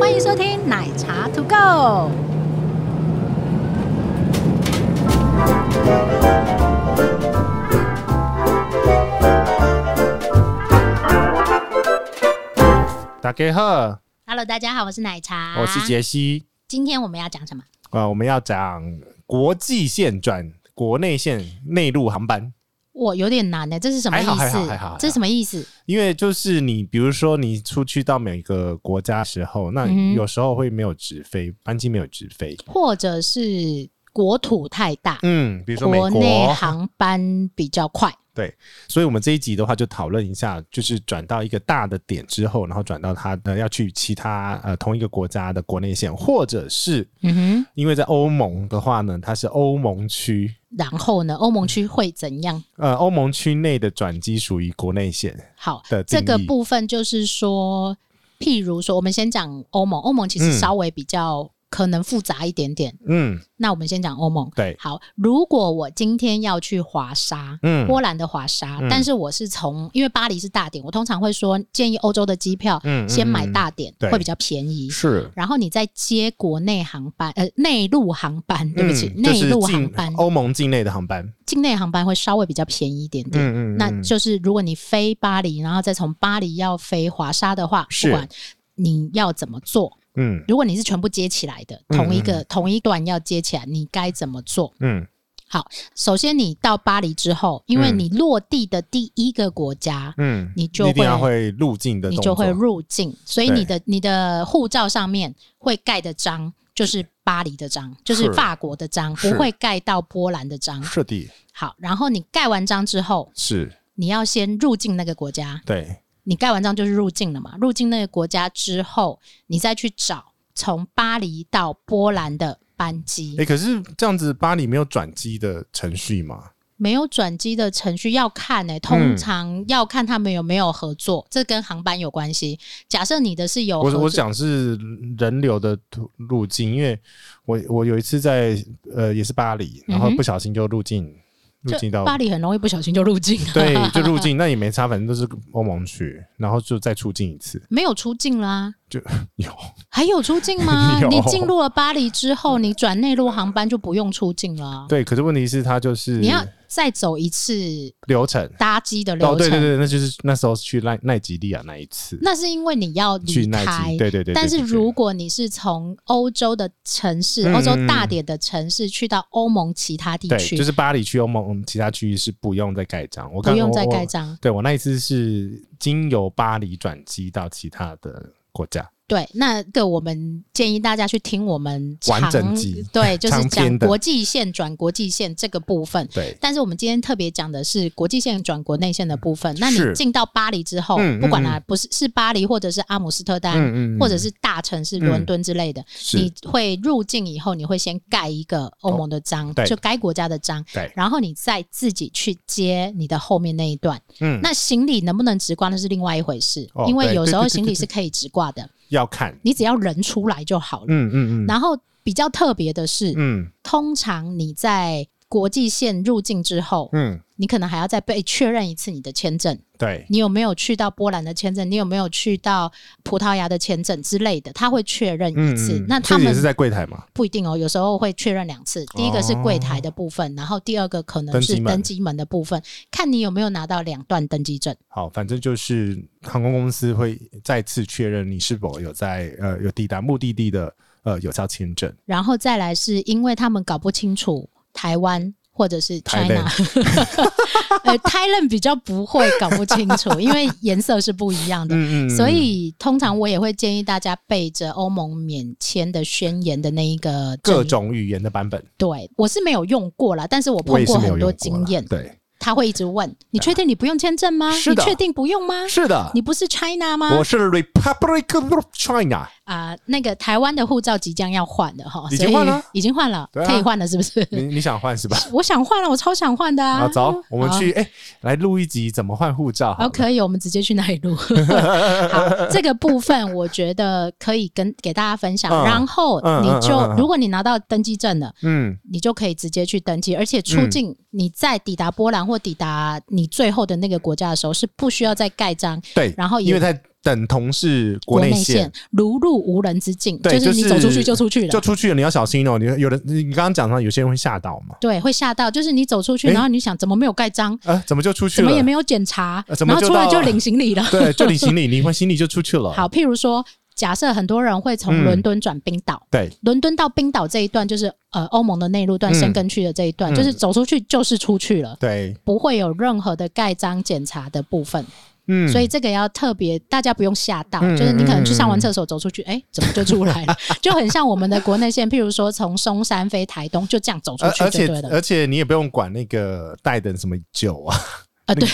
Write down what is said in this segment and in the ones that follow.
欢迎收听奶茶 To Go。大家啊好， Hello，大家好，我是奶茶，我是。杰西今天我们要讲什么？啊、我们要讲国际线转国内线内陆航班，我有点难呢，欸这是什么意还好还好思还好还好？这是什么意思？因为就是你比如说你出去到每个国家的时候，那嗯哼有时候会没有直飞，班机没有直飞。或者是国土太大，嗯，比如说美国内国，航班比较快？所以我们这一集的话就讨论一下，就是转到一个大的点之后，然后转到它的要去其他呃同一个国家的国内线，或者是嗯哼。因为在欧盟的话呢，它是欧盟区，然后呢，欧盟区会怎样？呃，欧盟区内的转机属于国内线，好的，定这个义部分就是说，譬如说，我们先讲欧盟，欧盟其实嗯稍微比较可能复杂一点点。嗯，那我们先讲欧盟。对，好，如果我今天要去华沙，嗯波兰的华沙，嗯但是我是从因为巴黎是大点，我通常会说建议欧洲的机票嗯嗯先买嗯大点、对会比较便宜，是然后你再接国内航班，呃，内陆航班，对不起，嗯内陆就是航进班，欧盟境内的航班，境内航班会稍微比较便宜一点点。嗯那就是如果你飞巴黎，然后再从巴黎要飞华沙的话，不是管你要怎么做，嗯如果你是全部接起来的，嗯同一个、同一段要接起来，你该怎么做？嗯首先，你到巴黎之后，因为嗯你落地的第一个国家，嗯，你就一定要会会入境的你动就作，会入境，所以对你的你的护照上面会盖的章就是巴黎的章，就是是法国的章，不是会盖到波兰的章。是的，好，然后你盖完章之后，是你要先入境那个国家，对，你盖完章就是入境了嘛。入境那个国家之后，你再去找从巴黎到波兰的班机。哎，可是这样子巴黎没有转机的程序嘛？没有转机的程序要看诶、嗯通常要看他们有没有合作，这跟航班有关系。假设你的哦是有合我作，我讲是人流的途路径，因为我我有一次在呃也是巴黎，然后嗯哼不小心就入境入境就到巴黎很容易不小心就入境啊了，对，就 入境，那也没差，反正都是欧盟区，然后就再出境一次，没有出境啦， 有还有出境吗？ 有你进入了巴黎之后，你转内陆航班就不用出境了，对，可是问题是它就是你要再走一次流程。搭机的流程。哦，对对对，那就是那时候去奈奈及利亚那一次，那是因为你要去离奈开及，，对对对。但对是对对如果你是从欧洲的城市、嗯欧洲嗯大嗯点的城市去到欧盟其他地对，区，就是巴黎区欧盟其他区域是不用再盖章，不我刚用再盖。我章我。对我那一次是经由巴黎转机到其他的国家，对，那个我们建议大家去听我们完长整集 对，就是长讲篇的国际线转国际线这个部分。对，但是我们今天特别讲的是国际线转国内线的部分。那你是进到巴黎之后，嗯嗯不管啦、不是是巴黎或者是阿姆斯特丹，嗯嗯，嗯或者是大城市伦敦之类的，是哦你会入境以后，你会先盖一个欧盟的章，对就该国家的章，对，然后你再自己去接你的后面那一段。嗯，那行李能不能直挂那是另外一回事，哦因为对有时候对对对行李对是可以直挂的，要看，你只要人出来就好了。嗯嗯嗯，然后比较特别的是，嗯通常你在国际线入境之后，嗯，你可能还要再被确认一次你的签证，对，你有没有去到波兰的签证，你有没有去到葡萄牙的签证之类的，他会确认嗯一次。嗯那这他也是们在柜台嘛，不一定哦，有时候会确认两次，第一个是柜台的部分，然后第二个可能登是机门登机门的部分，看你有没有拿到两段登机证。好，反正就是航空公司会再次确认你是否有在呃有抵达目的地的呃有效签证，然后再来是因为他们搞不清楚台湾或者是 China，呃，Thailand 比较不会搞不清 楚，因为颜色是不一样的。嗯嗯，嗯所以，通常我也会建议大家背着欧盟免签的宣言的那一个证各明。种语言的版本，对我是没有用过啦，但是我我碰也是过没有很多用经验，对，他会一直问你确定你不用签证吗？啊是你的确定不用吗？是的，你不是 China 吗？我是 Republic of China，啊、那个台湾的护照即将要换了哈，已所经以换了已经换了，对啊可以换了，是不是？你你想换是吧？ 我想换了，我超想换的啊！啊，走，我们好去哎、来录一集怎么换护照好好，了。可以，我们直接去那里 录。好，这个部分我觉得可以跟给大家分享。嗯然后嗯你嗯就，嗯嗯如果你拿到登机证了，嗯，你就可以直接去登记，而且出境你在抵达波兰或抵达你最后的那个国家的时候，是不需要再盖章，对，然后因也为在等同是国国内内线线。如入无人之境，是对你就是走出去就出去就了。出去了，你要小心哦！你有的，你刚刚讲到有些人会吓到嘛？对，会吓到，就是你走出去，诶然后你想怎么没有盖章，呃，怎么就出去怎了？么也没有检查呃，怎么然后就出来到就了领行李了。对，就领行李， 领完行李就出去 了。好，，譬如说，假设很多人会从嗯伦敦转冰岛，对，伦敦到冰岛这一段就是呃欧盟的内陆段，嗯申根区的这一段，嗯就是走出去就是出去了。对，不会有任何的盖章检查的部分，嗯，所以这个要特别，大家不用吓到，嗯就是你可能去上完嗯嗯嗯厕所走出去，哎、怎么就出来 了？就很像我们的国内线，譬如说从松山飞台东，就这样走出而去而就且呃对了。而且你也不用管那个带的什么酒啊，啊，对，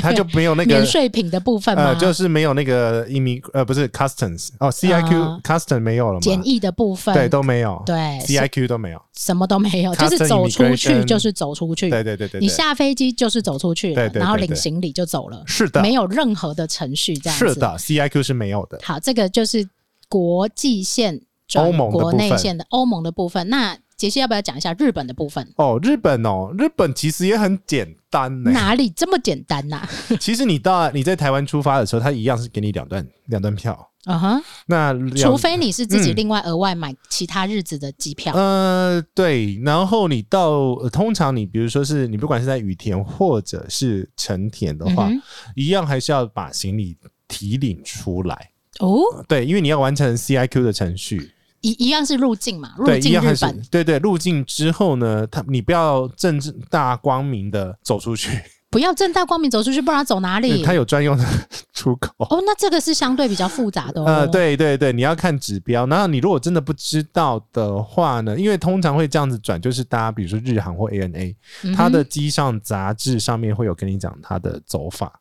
他就没有那免个。税品的部分嘛，呃，就是没有那个移民，呃，不是 customs 哦啊，CIQ custom 没有了检嘛？疫的部分，对，都没有，对是，CIQ 都没有，什么都没有，就 Custom 是走出去 immigration 就是走出去，对对对对，你对下飞机就是走出去了，对对对然后对领行李就走了，是的，没有任何的程序这样子。是的，CIQ 是没有的，好，这个就是国际线转欧盟的部国分内线的欧盟的部分。那杰西要不要讲一下日本的部分？哦，日本哦，日本其实也很简单呢。哪里这么简单呐、其实你到你在台湾出发的时候，他一样是给你两段两段票。嗯哼，那两除非你是自己嗯另外额外买其他日子的机票。呃对，然后你到、呃通常你比如说是你不管是在羽田或者是成田的嗯话，哼，一样还是要把行李提领出来。哦，对，因为你要完成 CIQ 的程序，一一样是入境嘛，入对，一境样还日是本。对对入境之后呢，他你不要正大光明的走出去，不要正大光明走出去，不然要走哪里？ 他有专用的出口。哦，那这个是相对比较复杂的哦。呃，，对对对，你要看指标。然后你如果真的不知道的话呢，因为通常会这样子转，就是大家比如说日航或 ANA，它嗯的机上杂志上面会有跟你讲它的走法，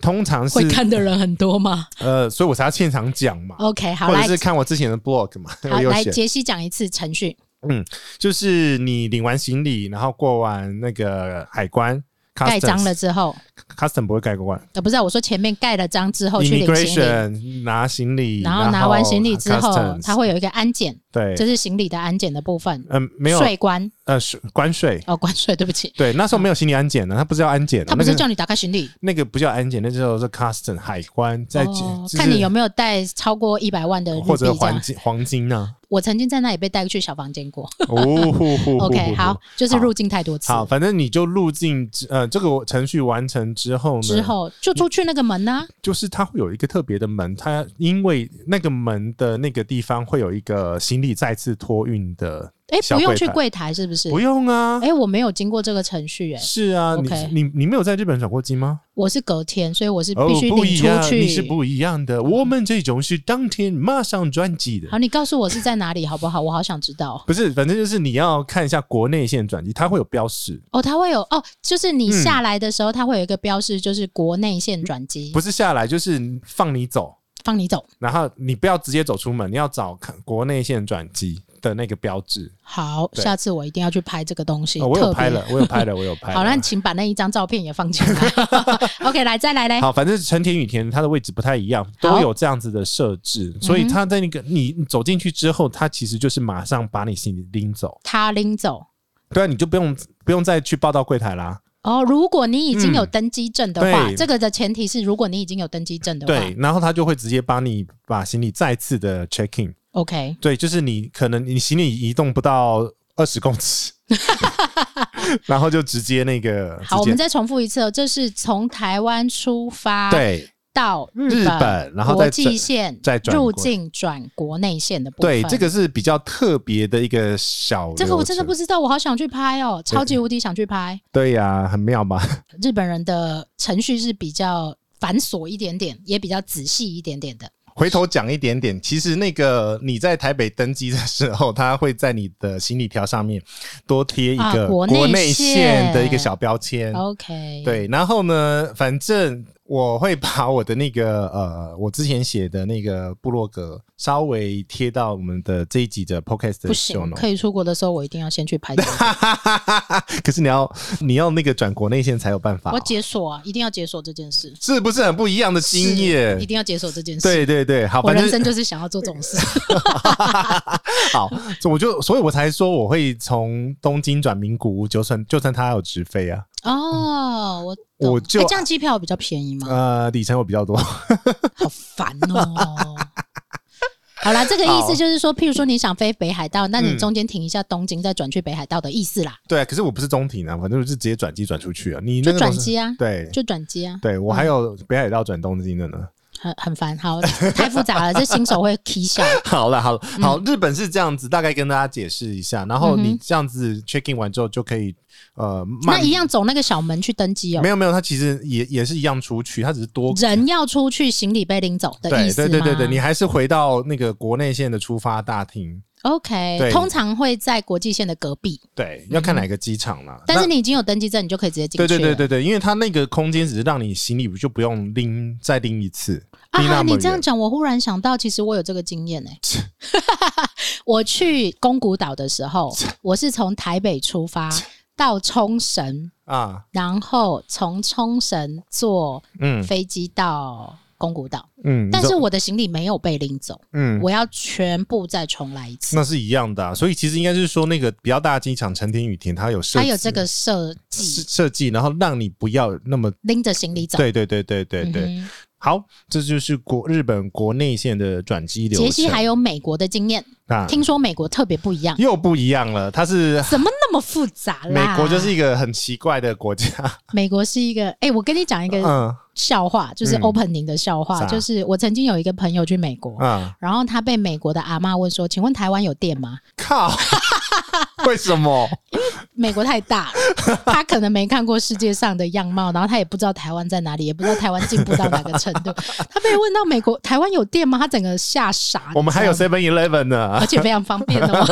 通常是会看的人很多吗呃，所以我才要现场讲嘛， ？OK，好，或者来是看我之前的 blog 嘛，好我有来，写，杰西讲一次程序。就是你领完行李，然后过完那个海关。盖章 customs 了之后， ，custom 不会盖关呃，不是啊、我说前面盖了章之哦后去领行李， ，immigration 拿行李，然后拿完行李之后， customs，他会有一个安检，对，这是行李的安检的部分。嗯、没有税关呃是关税，哦，关税，对不起，对，那时候没有行李安检呢，他不是要安检的，他不是那个叫你打开行李，那个不叫安检，那时候是 custom 海关在检哦，就是看你有没有带超过一百万的日币或者这黄样。金黄金啊呢？我曾经在那里被带去小房间过。 哦呼呼呼 OK，呼好，就是哦好入境太多次好，反正你就入境之呃这个程序完成之后呢，之后就出去那个门啊呢、就是它会有一个特别的门，它因为那个门的那个地方会有一个行李再次托运的，诶，小不用柜去台柜台是不是？不用啊，诶，我没有经过这个程序、诶，是啊，你 OK 你你没有在日本转过机吗？我是隔天，所以我是哦必须，不领一出样，去。嗯你是不一样的，我们这种是当天马上转机的好，。你告诉我是在哪里好不好？我好想知道。哦不是，反正就是你要看一下国内线转机，它会有标示，哦，它会有哦，就是你嗯下来的时候，它会有一个标示，就是国内线转机，不是下来就是放你走，放你走。然后你不要直接走出门，你要找看国内线转机的那个标志。好，对下次我一定要去拍这个东西，哦，我特有别拍了，我有拍了，我有拍了。好，那请把那一张照片也放进来。OK，来再来嘞。好，反正成田与田它的位置不太一样，好都有这样子的设置，所以嗯哼它在那个你你走进去之后，它其实就是马上把你行李拎走，他拎走对啊，你就不用不用再去报到柜台啦。哦。如果你已经有嗯登机证的话，对这个的前提是如果你已经有登机证的话对，然后他就会直接帮你把行李再次的 check in。 ，OK，对，就是你可能你行李移动不到二十公 尺，然后就直接那个好，我直们接再啊重复一次哦，这是从台湾出发对到日本，本，然后国再际转线再转入国境转国内线的部分。对，这个是比较特别的一个小流程。这个我真的不知道，我好想去拍哦，超级无敌想去拍。对呀、很妙吧？日本人的程序是比较繁琐一点点，也比较仔细一点点的。回头讲一点点，其实那个你在台北登机的时候，他会在你的行李条上面多贴一啊个国内国内线的一个线小标签。 OK，，对，然后呢，反正我会把我的那个呃，我之前写的那个部落格稍微贴到我们的这一集的 podcast 不的 s 行， h 可以出国的时候我一定要先去拍这 个。可是你要你要那个转国内线才有办法哦我，解锁啊，一定要解锁这件事。是不是很不一样的经是一验？定要解锁这件事。对对对，好，我反人正生就是想要做这种 事。好，所以我就所以我才说我会从东京转名古屋，就算就算他有直飞啊，哦，我懂我就哎这样机票比较便宜 吗？呃，里程我比较多， 好烦哦。好啦，这个意好思就是说，譬如说你想飞北海道，那你嗯中间停一下东京，再转去北海道的意思啦，对啊，可是我不是中停啊，反正我是直接转机转出去啊。你那就个转都是机啊，对就转机啊，对，我还有北海道转东京的呢。 很很烦，好，太复杂了，这新手会 k 笑。好了，好了，好，日本是这样子，大概跟大家解释一下，然后嗯嗯哼你这样子 check in 完之后就可以呃， 慢那一样走那个小门去登机哦没，有没有，它其实也也是一样出去，它只是多人要出去，行李被领走的对意思对对对对，你吗还是回到那个国内线的出发大厅， ？OK，对通常会在国际线的隔壁，对，要看哪个机场啦。但是啊那你已经有登机证，你就可以直接进去对了。嗯对对对对，因为它那个空间只是让你行李就不用拎再拎一次，拎啊，那么你这样远。讲，我忽然想到，其实我有这个经验呢、欸 我去宫古岛的时候，我是从台北出发到冲绳，啊，然后从冲绳坐嗯飞机到宫古岛，嗯，但你是知道我的行李没有被拎走，嗯，我要全部再重来一次。那是一样的、啊，所以其实应该是说那个比较大的机场成田羽田，它有设它有这个设设计，设计，然后让你不要那么拎着行李走。对对对对对对。嗯哼好，这就是国日本国内线的转机流程。杰西还有美国的经验，啊，听说美国特别不一样，又不一样了，它是怎么那么复杂美啦？国就是一个很奇怪的 国家，美国是一个，哎、我跟你讲一个嗯笑话，就是嗯 opening 的笑话，啥就是我曾经有一个朋友去美国，啊，然后他被美国的阿嬷问说：“请问台湾有电吗 靠，为什么？？”美国太大 了，他可能没看过世界上的样貌，然后他也不知道台湾在哪里，也不知道台湾进步到哪个程 度。他被问到美国台湾有电吗？他整个吓傻。我们还有你知道吗 Seven Eleven 呢而。且非常方便 哦。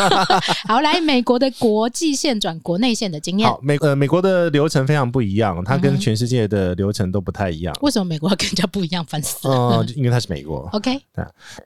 好，来美国的国际线转国内线的经验好，，美呃美国的流程非常不一样，它嗯跟哼全世界的流程都不太一样。为什么美国要跟人家不一样？烦死了。嗯，因为它是美国。 OK，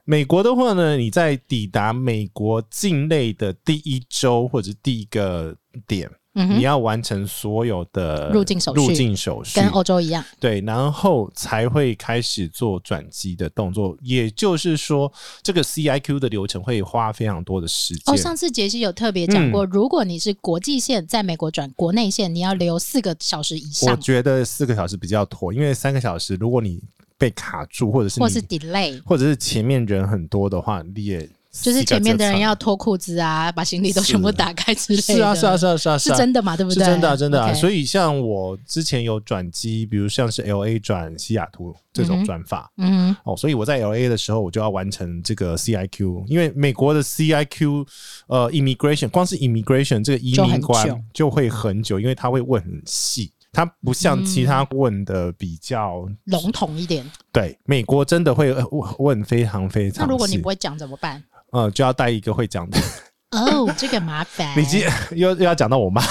美国的话呢，你在抵达美国境内的第一周或者是第一个点，嗯你哼，要完成所有的入境手续入境手续跟欧洲一样。对，然后才会开始做转机的动作。也就是说，这个 CIQ 的流程会花非常多的时间。哦，上次杰西有特别讲嗯过，如果你是国际线，在美国转国内线，你要留四个小时以我上，觉得四个小时比较妥，因为三个小时，如果你被卡住，或者是你或是 delay，或者是前面人很多的话，你也就是前面的人四要脱裤子啊，把行李都全部打开之类个的。正常是啊是啊是啊是啊是真的嘛？对不是对？真的啊、真的啊、所以以像我之前有转机，比如像是 L A 转西雅图这嗯种哼转法、嗯哼，哦，所以我在 L A 的时候，我就要完成这个 C I Q，因为美国的 C I Q 呃 immigration 光是 immigration 这个移就很民久官就会很久，因为他会问很细，他不像其他嗯问的比较、笼统一点。对，美国真的会呃问问非常非常细，那如果你不会讲怎么办？呃就要带一个会 讲的， 哦，这个麻烦。你今 又又要讲到我妈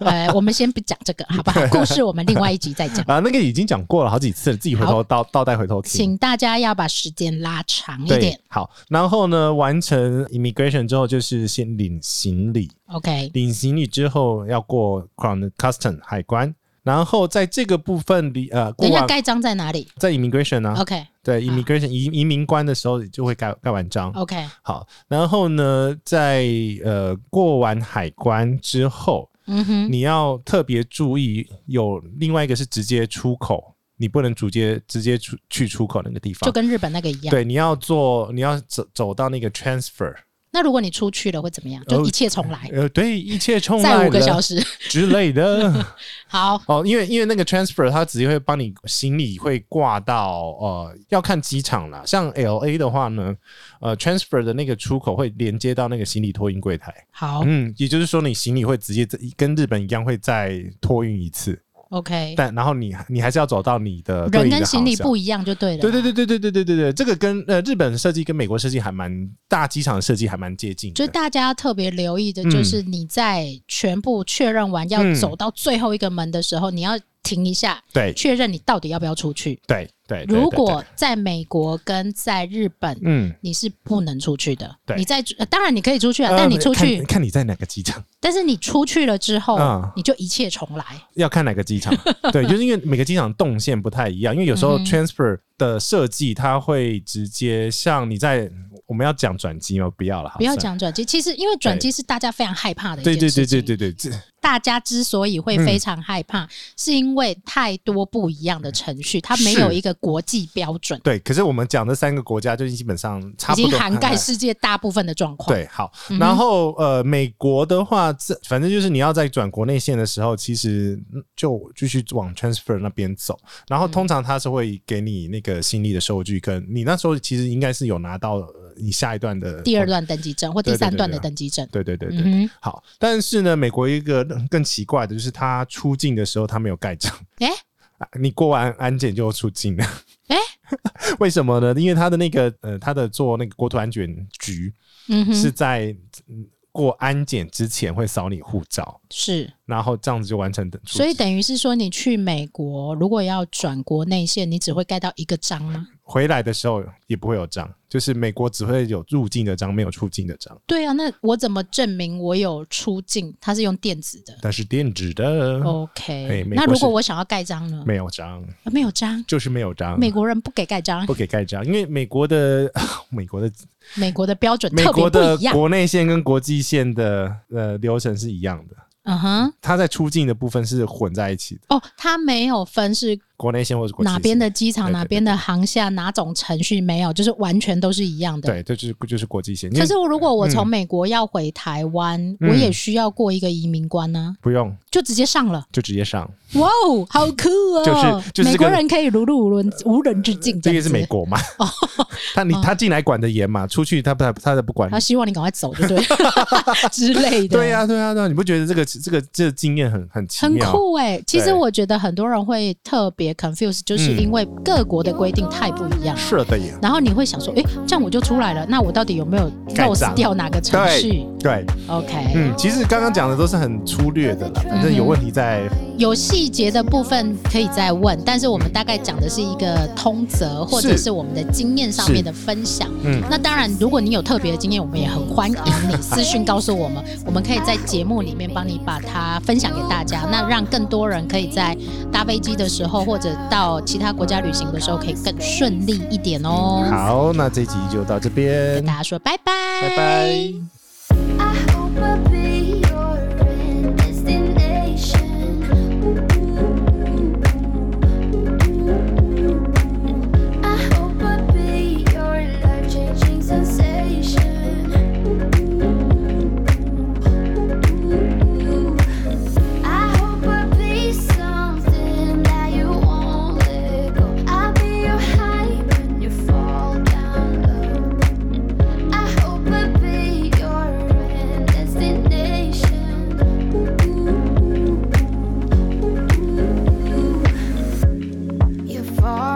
呃，我们先不讲这个，好不 好？故事我们另外一集再讲。啊，那个已经讲过了好几次了，自己回头倒倒带回头听。请大家要把时间拉长一对点，好，然后呢，完成 immigration 之后，就是先领行李， ，OK？领行李之后要过 Crown Custom 海关，然后在这个部分里，呃，过等一下哦完盖章在哪里在 immigration 呢、 ？OK 对 immigration 移移民官的时候就会盖盖完章。 OK，好，然后呢，在呃过完海关之后，嗯哼，你要特别注意，有另外一个是直接出口，你不能直接直接出去出口那个地就方。跟日本那个一样。啊对，你要做，你要走走到那个 transfer，那如果你出去了会怎么样？就一切重来，呃，对，一切冲再来五个小了时。 之类的。好，哦，因为因为那个 transfer 它直接会帮你行李会挂到呃，要看机场啦。像 L A 的话呢，呃，transfer 的那个出口会连接到那个行李托运柜台。好嗯，也就是说你行李会直接在跟日本一样会再托运一次， ，OK。但然后你你还是要走到你的对人应的跟行李航向不一样就啊对了。对对，对对对对对对对，这个跟呃日本设计跟美国设计还蛮大机场设计还蛮接近就的。大家要特别留意的，就是你在全部确认完要嗯走到最后一个门的时候，你要停一下，对确认你到底要不要出去。对，对，对如对果对在美国跟在日本，嗯，你是不能出去的。对你在呃当然你可以出去啊，呃但你出去看，看你在哪个机场，但是你出去了之后，嗯你就一切重来。要看哪 个机场。对，就是因为每个机场动线不太一样，因为有时候嗯哼 transfer 的设计，它会直接像你在我们要讲转机吗？不要了，好不要算了。讲转机，其实因为转机是大家非常害怕的一件对对事情。对对对嗯对，这大家之所以会非常害怕，是因为太多不一样的程序，它没有是一个国际标准，对。可是我们讲的三个国家，就基本上差已不多经涵盖嗯世界大部分的状况。，对，好，然后呃，美国的话，这反正就是你要在转国内线的时候，其实嗯就继续往 transfer 那边走。嗯然后通常他是会给你那个心力的收据，跟你那时候其实应该是有拿到呃你下一段的第二。段登机证或第对对三段对的对登机证。对对对对，嗯好。但是呢，美国一个更奇怪的就是，他出境的时候他没有盖章。哼，哎、啊你过完安检就出境了。诶 为什么呢？因为他的那个呃，他的做那个国土安全局，嗯是哼，在嗯过安检之前会扫你护照，是，然后这样子就完成的。所以等于是说，你去美国如果要转国内线，你只会盖到一个章吗？回来的时候也不会有章，就是美国只会有入境的章，没有出境的章，对啊，那我怎么证明我有出境？它是用电子的。但是电子的、哦 OK，哎美那国如果是我想要盖章呢？没有章，啊没有章，就是没有章。美国人不给盖章嗯不，给盖章，因为美国的 美国的美国的标准美特别国不的一样。国内线跟国际线的呃流程是一样的，嗯哼，它在出境的部分是混在一起的，哦，它没有分是国内线或者国际哪边线的机场、对对哪边的航厦、哪种程序没有，就是完全都是一样的。对，这就是就是国际线。因为可是如果我从嗯美国要回台湾，嗯我也需要过一个移民关呢、不用就直接上 了。就直接上，哇哦，好酷哦！就是就是美这个国人可以如入无人无人之境，这样个子是美。国嘛？ 他你他进来管得严嘛，出去他不他他不管。他希望你赶快走， 就对了之类的。对呀、对呀、对、啊，你不觉得这个这个这个经验很很奇很妙？酷哎、其实对嗯我觉得很多人会特别 confuse，就是因为各国的规定太不一样。是的耶，然后你会想说，诶，这样我就出来了，那我到底有没有盖 loss 章掉哪个程序对对， ？OK，、嗯，其实刚刚讲的都是很粗略的啦，反正有问题再有细节的部分可以再问，但是我们大概讲的是一个通则，或者是我们的经验上面的分享。嗯那当然，如果你有特别的经验，我们也很欢迎 你私讯告诉我们，我们可以在节目里面帮你把它分享给大家，那让更多人可以在搭飞机的时候，或者到其他国家旅行的时候，可以更顺利一点哦。好，那这集就到这边跟，大家说拜拜，拜拜。 I hope I'll be your end destination. I hope I'll be your life-changing sensation. I hope I'll be something that you won't let go. I'll be your high when you fall down low. I hope I'll be your end destination. You're far Mm.